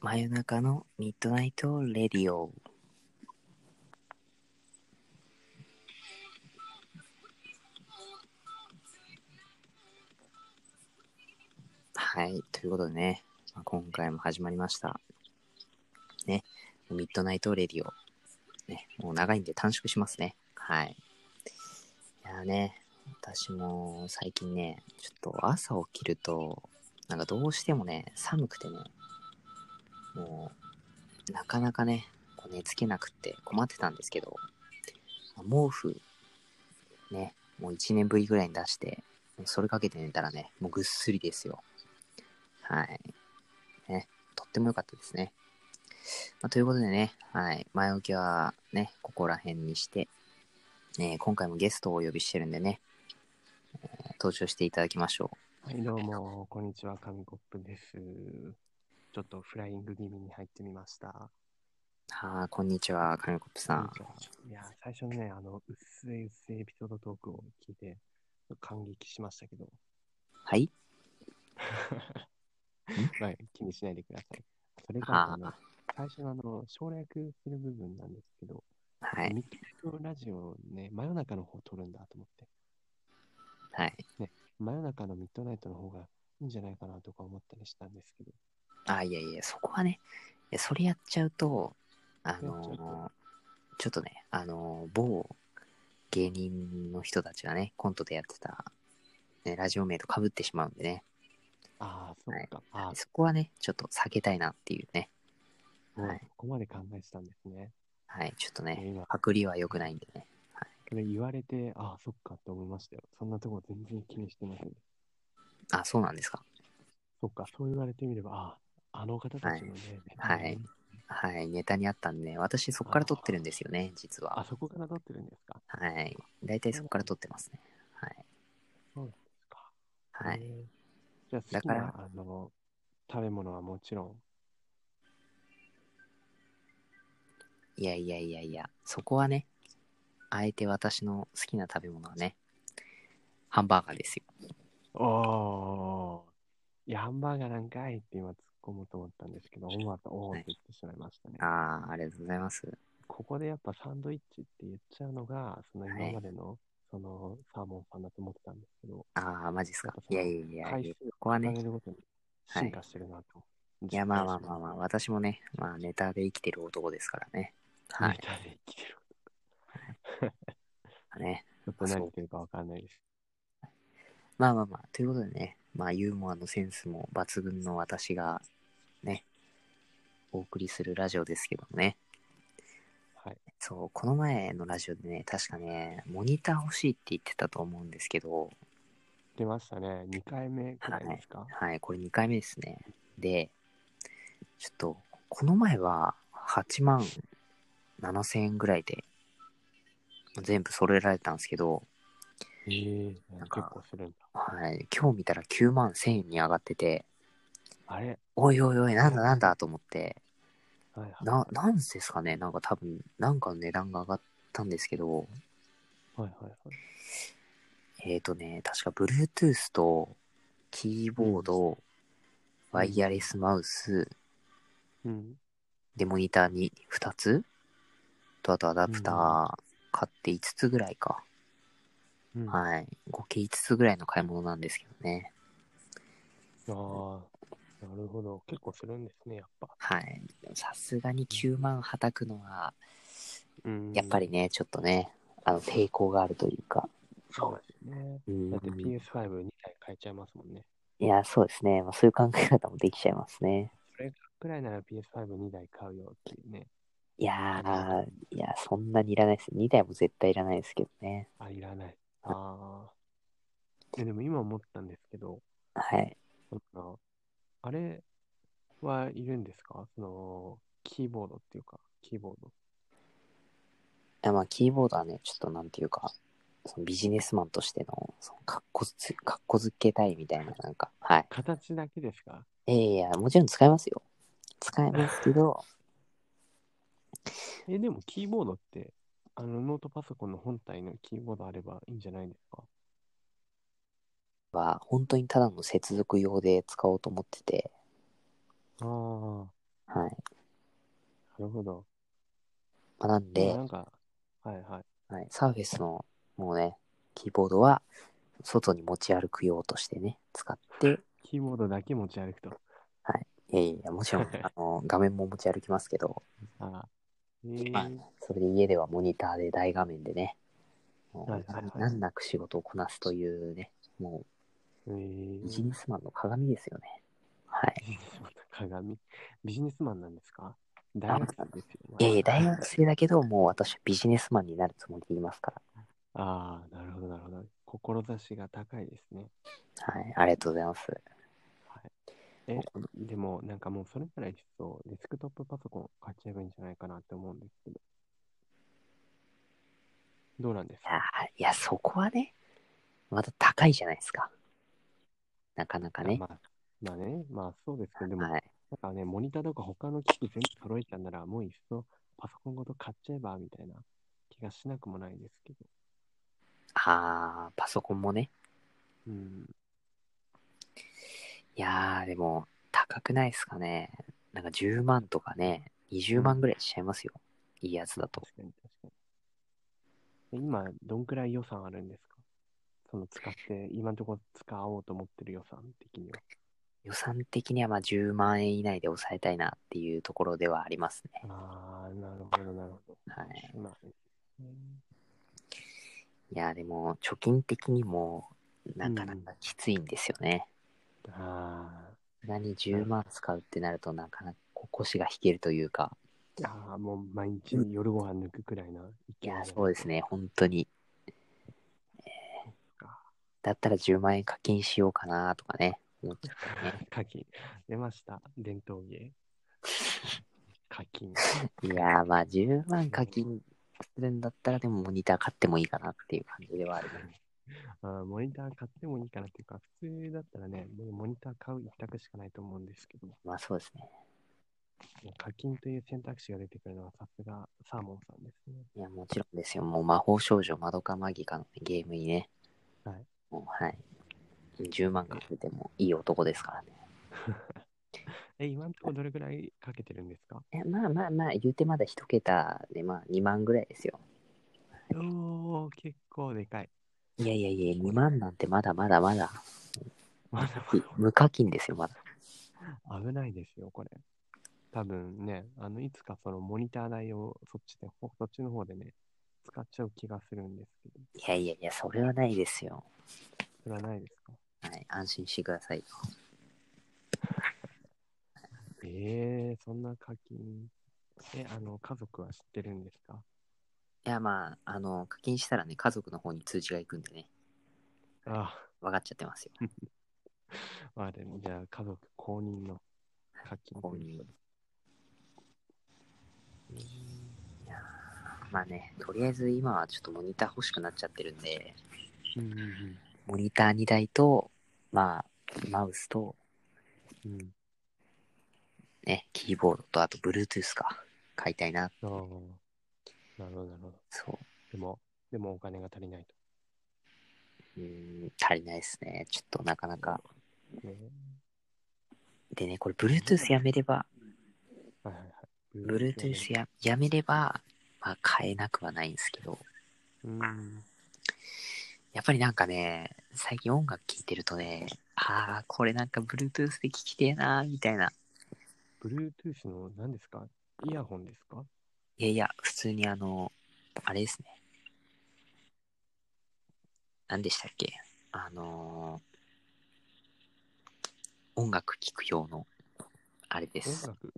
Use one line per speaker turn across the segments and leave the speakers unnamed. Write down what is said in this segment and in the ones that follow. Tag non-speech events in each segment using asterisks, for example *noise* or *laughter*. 真夜中のミッドナイトレディオ。はい、ということでね、まあ、今回も始まりました。ね、ミッドナイトレディオ。ね、もう長いんで短縮しますね。はい。いやーね、私も最近ね、ちょっと朝起きると、なんかどうしてもね、寒くてね、もう、なかなかね、こう寝つけなくって困ってたんですけど、毛布、ね、もう1年ぶりぐらいに出して、それかけて寝たらね、もうぐっすりですよ。はい。ね、とっても良かったですね。まあということでね、はい、前置きはね、ここら辺にして、ね、今回もゲストをお呼びしてるんでね、えー登場していただきましょう。
はい、どうも、こんにちは、紙コップです。ちょっとフライング気味に入ってみました。
はあ、こんにちは、カメコップさ
こん
ん
に。ちはいや、最初のね、あの、うっせいうっせいエピソードトークを聞いて、感激しましたけど、
はい
まあ、気にしないでください。それが、あの最初のあの、省略する部分なんですけど、
はい、
ミキのラジオね、真夜中の方撮るんだと思って、
はい。
真夜中のミッドナイトの方がいいんじゃないかなとか思ったりしたんですけど、
あ、いやいや、そこはね、いやそれやっちゃうと、あ
やっちゃう
のーちょっとね、あのー某芸人の人たちがね、コントでやってた、ね、ラジオ名とかぶってしまうんでね、
ああ、そっか、ああ、
そこはね、ちょっと避けたいなっていうね、
もう
はい
そこまで考えてたんですね。
はい、ちょっとね、
ね今
パクリは良くないんでね。
それ言われて、ああ、そっかって思いましたよ。そんなとこ全然気にしてません。
あ、そうなんですか。
そっか、そう言われてみれば、ああ、あの方たちのね、 *laughs*
はいはいはい、ネタにあったんでね、私そこから撮ってるんですよね、実
あ
は。
そこから撮ってるんですか
はい、大体そこから撮ってますね。はい、
そうなんですか。
はい。
へえ。じゃあ、好
だ
き
か
な
ら
あの食べ物はもちろん、
いやいやいやいや、そこはね、あえて私の好きな食べ物はね、ハンバーガーですよ。
おー、いや、ハンバーガーなんかいって今突っ込もうと思ったんですけど、思わずおーって言ってしまいましたね。
ああ、ありがとうございます。
ここでやっぱサンドイッチって言っちゃうのが、その
はい
今までの、そのサーモンさんだと思ってたんですけど、
ああ、マジっすか。いやいや
回
い
数
や
を、
ここは
重
ね、
ねるごとに
はい
進化してるなと。
いやまあまあまあまあ、私もね、まあネタで生きてる男ですからね。
あ
はい。
で生きてる。
ね、
ちょっと何言ってるかわかんないです。
まあまあまあ、ということでね、まあユーモアのセンスも抜群の私が、ね、お送りするラジオですけどもね。
はい。
そう、この前のラジオでね、確かね、モニター欲しいって言ってたと思うんですけど、
出ましたね。2回目くらいですか。
はい、これ2回目ですね。で、ちょっと、この前は8万7千円ぐらいで、全部揃えられたんですけど、
ええ
なん
結
か
構するんだ。
はい、今日見たら9万1000円に上がってて、
あれ
おいおいおい、なんだなんだと思って、
はいはい。
な、なんですかね、なんか多分、なんかの値段が上がったんですけど、
はいはいはい。
えーとね、確か Bluetooth と、キーボード、ワイヤレスマウス、
うん。
で、モニターに2つと、あとアダプター買って5つぐらいか。
うん、あ
はい。合計5つぐらいの買い物なんですけどね。
あ、なるほど。結構するんですね、やっぱ。
はい。さすがに9万はたくのは、
うん
やっぱり。ね、ちょっとね、あの、抵抗があるというか。
そうですね。
うん
だって PS52 台買えちゃいますもんね。
いや、そうですね。まあ、そういう考え方もできちゃいますね。
それくらいなら PS52 台買うよっていうね。
いやー、いや、そんなにいらないです。2台も絶対いらないですけどね。
あ、いらない。ああ。えでも今思ったんですけど、
はい。
そのあれはいるんですかその、キーボードっていうか、キーボード。
あまあ、キーボードはね、ちょっとなんていうか、そのビジネスマンとしての、そのかっこつ、かっこづけたいみたいな、なんか、はい。
形だけですか
いやいやいや、もちろん使えますよ。使えますけど、
え、でもキーボードって、あの、ノートパソコンの本体のキーボードあればいいんじゃないですか
は、本当にただの接続用で使おうと思ってて、
ああ、
は
るほど。
まあ、なん
でも
で
な、んか、はいはい。
はい、サーフェスのもうね、キーボードは外に持ち歩く用としてね、使って、
キーボードだけ持ち歩くと。
いやいやいや、もちろ
*laughs*
んあの画面も持ち歩きますけど、
ああ。え
まあ
ー、
それで家ではモニターで大画面でね、も
はいはいは
う
い
難なく仕事をこなすというね、も
え
う
ー
ビジネスマンの鏡ですよね。はい。
ビジネスマンの鏡。ビジネスマンなんですか大学生ですよ。ま
い
あ
やいや、大学生だけど、もう私はビジネスマンになるつもりでいますから。
ああ、なるほど、なるほど。志が高いですね。
はい、ありがとうございます。
え、でも、なんかもうそれならいっそ、デスクトップパソコン買っちゃえばいいんじゃないかなって思うんですけど。どうなんです
い
か
やいや、そこはね、また高いじゃないですか。なかなかね。
まあ、まあね、まあそうですけど、でも、
はい。
なんかね、モニターとか他の機器全部揃えちゃうなら、もういっそパソコンごと買っちゃえばみたいな気がしなくもないですけど。
あー、パソコンもね。
うん。
いやー、でも、高くないですかね。なんか10万とかね、20万ぐらいしちゃいますよ。いいやつだと。
確かに確かに。で今、どんくらい予算あるんですかその使って、今のところ使おうと思ってる予算的には。
予算的にはまあ10万円以内で抑えたいなっていうところではありますね。
ああ、なるほど、なるほど。
はい。
まあ
いやー、でも、貯金的にも、なかなかきついんですよね。
あ
何10万使うってなると、なかなかこう腰が引けるというか。
ーあー、もう毎日夜ご飯抜くくらいな。
いやー、そうですね、本当に。えー
か
だったら10万円課金しようかなとかね、思っちゃったね。
課金。出ました。伝統
*laughs*
芸。課金。
いやー、まあ10万課金するんだったら、でもモニター買ってもいいかなっていう感じではある。
あーモニター買ってもいいかなっていうか、普通だったらね、もうモニター買う一択しかないと思うんですけど、も
まあそうですね。
う課金という選択肢が出てくるのはさすがサーモンさんですね。
いや、もちろんですよ。もう魔法少女、マドカマギカのゲームにね。
はい。
もうはい。10万かけてもいい男ですからね。
え、今んとこどれぐらいかけてるんですか
えまあまあまあ、言うてまだ一桁で、まあ2万ぐらいですよ。
おー、結構でかい。
いやいやいや、2万なんてまだまだまだ、
まだ
い無課金ですよ、まだ。
危ないですよ、これ。多分ね、あの、いつかそのモニター代をそっちで、ほそっちの方でね、使っちゃう気がするんですけど、
いやいやいや、それはないですよ。
それはないですか
はい、安心してください。
ええー、そんな課金。え、あの、家族は知ってるんですか
いや、まあ、あの、課金したらね、家族の方に通知が行くんでね、
あ
分かっちゃってますよ。
あ、まあでも、じゃあ家族公認の課金。
ここに。いやーまあね、とりあえず今はちょっとモニター欲しくなっちゃってるんで、
うんうん
モニター2台と、まあ、マウスと、
うん。うん
ね、キーボードと、あと、Bluetooth か、買いたいな。
ああ、なるほど、なるほど。
そ
でも、でもお金が足りないと。
う。うーん、足りないですね。ちょっとなかなか。
ね、
でね、これ、Bluetooth やめれば、
はいはいはい。
Bluetooth ややめれば、まあ、買えなくはないんですけど、
うん。
やっぱりなんかね、最近音楽聴いてるとね、ああ、これなんか Bluetooth で聴きてえなー、みたいな。
Bluetooth の何ですかイヤホンですか
いやいや、普通にあの、あれですね。何でしたっけあのー音楽聴く用の、あれで
音
す。
楽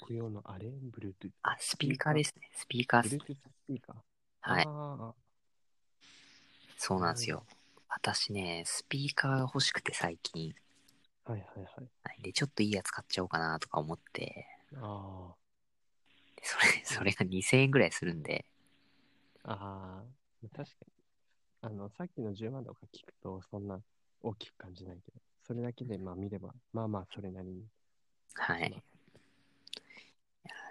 聞く用のあれ ?Bluetooth。
あ、スピーカーですね。スピーカーっす
Bluetooth スピーカー。
はい。
あ
そうなんですよ。私ね、スピーカーが欲しくて最近。
あ、はいはいはい。
はいで、ちょっといいやつ買っちゃおうかなとか思って、
あ
でそれ、それが2000円ぐらいするんで、
あ、ああ、確かに。あの、さっきの10万とか聞くと、そんな大きく感じないけど、それだけでまあ見れば、まあまあそれなりに。
はい。
まあ
いや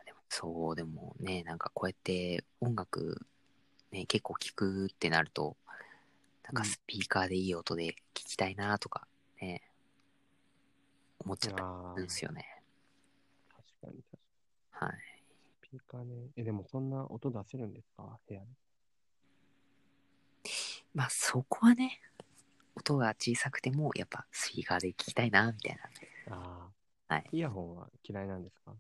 でもそう、でもね、なんかこうやって音楽、ね、結構聞くってなると、なんか
うん
スピーカーでいい音で聞きたいなとか、ね、思っちゃったり
ああ、
するん
確
ですよね。
かに確かに。
はい。
スピいかね。え、でもそんな音出せるんですか部屋で。
まあそこはね、音が小さくても、やっぱスピーカーで聞きたいな、みたいな。
ああ。
はい
イヤホンは嫌いなんですか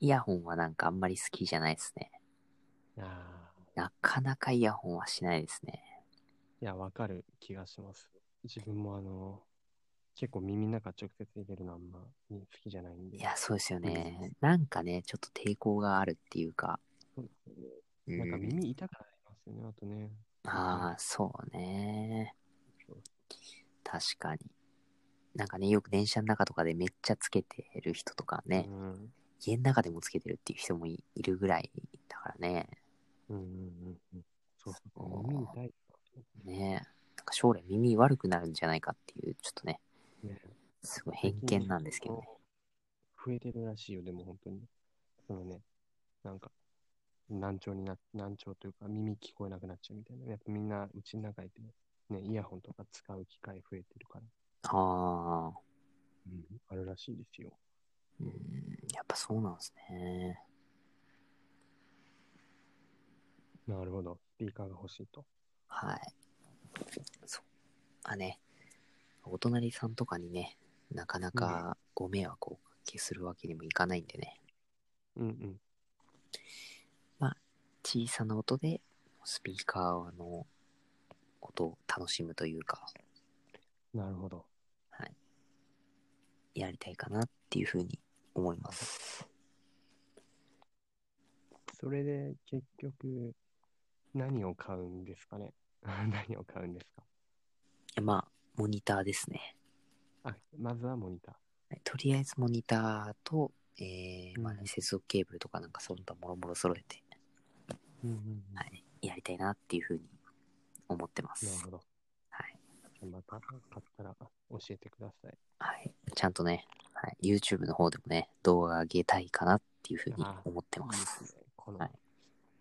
イヤホンはなんかあんまり好きじゃないですね。
ああ。
なかなかイヤホンはしないですね。
いや、わかる気がします。自分もあの、結構耳の中直接入れるのあんま好きじゃないんで。
いや、そうですよ
う
ね。なんかね、ちょっと抵抗があるっていうか。
そうですよね
う
なんか
ん、
耳痛くなりますよね、あとね。
ああ、そうね。確かに。なんかね、よく電車の中とかでめっちゃつけてる人とかね、
うん。
家の中でもつけてるっていう人もいいるぐらいだからね。
うんうんうんうん。そうそう
そう
耳痛い。
ねなんか将来耳悪くなるんじゃないかっていう、ちょっとね、
ね
すごい偏見なんですけどね。
増えてるらしいよ、でも本当に。そのね、なんか、難聴にな、難聴というか耳聞こえなくなっちゃうみたいな。やっぱみんなうちの中で、ね、イヤホンとか使う機会増えてるから。
ああ、
あるらしいですよ。
うん、やっぱそうなんですね。
なるほど。スピーカーが欲しいと。
はい。そう。あね、お隣さんとかにね、なかなかご迷惑をおかけするわけにもいかないんでね、
うんうん。
小さな音でスピーカーの音を楽しむというか、
なるほど。
はい。やりたいかなっていうふうに思います。
それで結局、何を買うんですかね *laughs* 何を買うんですか
まあ、モニターですね。
あ、まずはモニター。
はいとりあえずモニターと、えー、まあね
うん
接続ケーブルとかなんかその他もろもろ揃えて
うんうんうん
はいやりたいなっていうふうに思ってま
なる
す。
ほど。
はい。
また買ったら教えてください。
はい。ちゃんとね、はい、YouTube の方でもね、動画上げたいかなっていうふうに思って
いい
ま
です
す。
ね。この
はい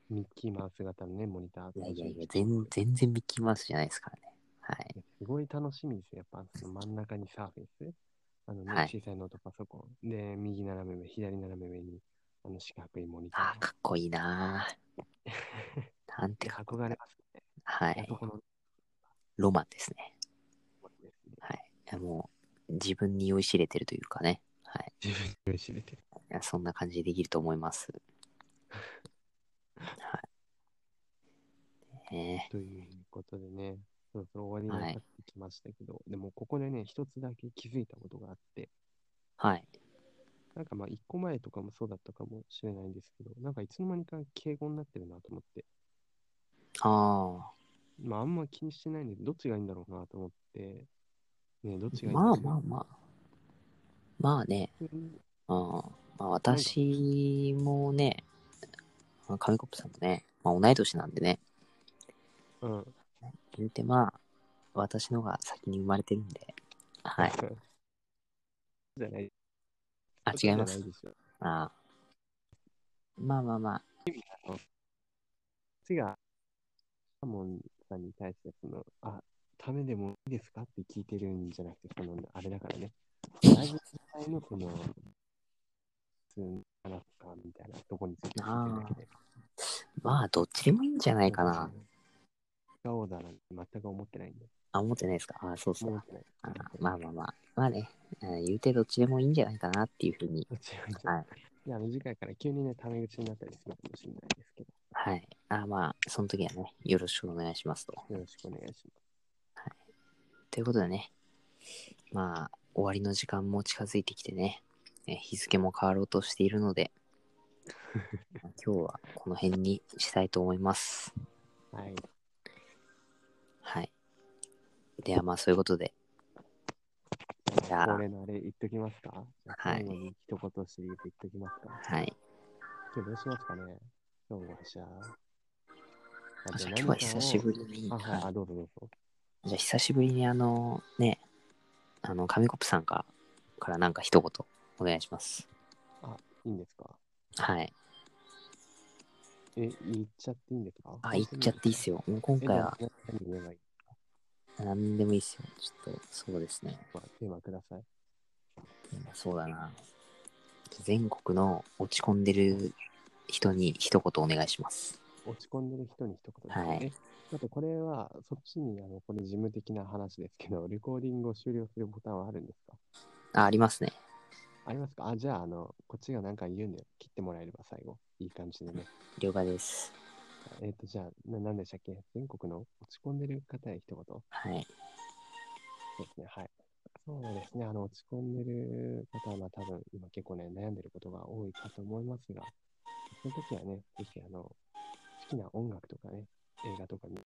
ミッキーマウス型のね、モニター。
いやいやいや、全全然ミッキーマウスじゃないですからね。はい。
すごい楽しみですよ。やっぱその真ん中にサーフェイス、あのね
はい
小さいノートパソコン、で、右斜め上、左斜め上にあの四角いモニター。
ああ、かっこいいなーなんて
*laughs*
かっこいい
憧れますね。
はい。
男の
ロマンですね。
子ですね。
はい。いやもう、自分に酔いしれてるというかね。はい。
自分で知れてる。
いやそんな感じでできると思います。はい。ね
ということでね、そろそろ終わりになってきましたけど、でもここでね、一つだけ気づいたことがあって、
えはい。
なんかまあ一個前とかもそうだったかもしれないんですけど、なんかいつの間にか敬語になってるなと思って、
あ
まああんま気にしてないんで、どっちがいいんだろうなと思って、ね、どっち
あ。
がいい
まあ
んだ
ま
ろ
あまあ。まあね。
う
うんまあ、私もね、まあ紙コップさんもね、まあ、同い年なんでね、
うん。 *laughs*
言うてまあ、私のが先に生まれてるんで、はい。。
じゃない。
あ、違います
じゃ。ないですよ
あまあまあまあ、
こっちが、サーモンさんに対して、その、あ、ためでもいいですかって聞いてるんじゃなくて、その、あれだからね。ラジオ自体のこの、普通の話すかみたいなとこについて聞いてるだけで。
まあ、どっちでもいいんじゃないか
そう
な
で。すね。顔だなんて全く思ってないんで。
あ、思ってないですかあ、そうそ
思
う
っ。てない。
あまあまあまあ、まあね、うん言うてどっちでもいいんじゃないかなっていうふうに、
どっちがいい
はい。
いや、短いから急にね、タメ口になったりするかもしれないですけ
はい。あ、まあ、その時はね、よろしくお願いしますと。
ど、よろしくお願いしま
ということでね、まあ、終わりの時間も近づいてきてね、え日付も変わろうとしているの *laughs* で、今日はこの辺にしたいと思います。
す。はい。
はい。ではまあ、そういうことで、じゃあ
恒例のあれ言っときますか
はい
最後に一言シリーズ言っときますか
はい。
今日どうしますかね今日はじゃあ。
あじゃあ今日は久しぶりに、
あ、はい、
は
あ、どうぞどうぞ。
い、じゃあ久しぶりにあの、ね、あの、紙コップさんから、からなんか一言お願いします。
いいんですか
はい。
え、言っちゃっていいんですか
あ、言っちゃっていいっすよ。もう今
え、
回は
じゃあ何言えばいい
何でもいいっすよ。ちょっと、そうですね。
まあ、テーマください。
そうだな。全国の落ち込んでる人に一言お願いします。
落ち込んでる人に一言ですよね。
はい
ちょっとこれは、そっちに、あの、これ事務的な話ですけど、レコーディングを終了するボタンはあるんですか
あ、ありますね。
ありますかあ、じゃあ、あの、こっちが何か言うんで、切ってもらえれば最後、いい感じでね。
了解です。
えっ、と、じゃあ、ななんでしたっけ全国の落ち込んでる方へ一言
はい。
そうですね、はい。そうですね、あの、落ち込んでる方は、まあ、多分、今結構ね、悩んでることが多いかと思いますが、その時はね、ぜひ、あの、好きな音楽とかね、映画とかに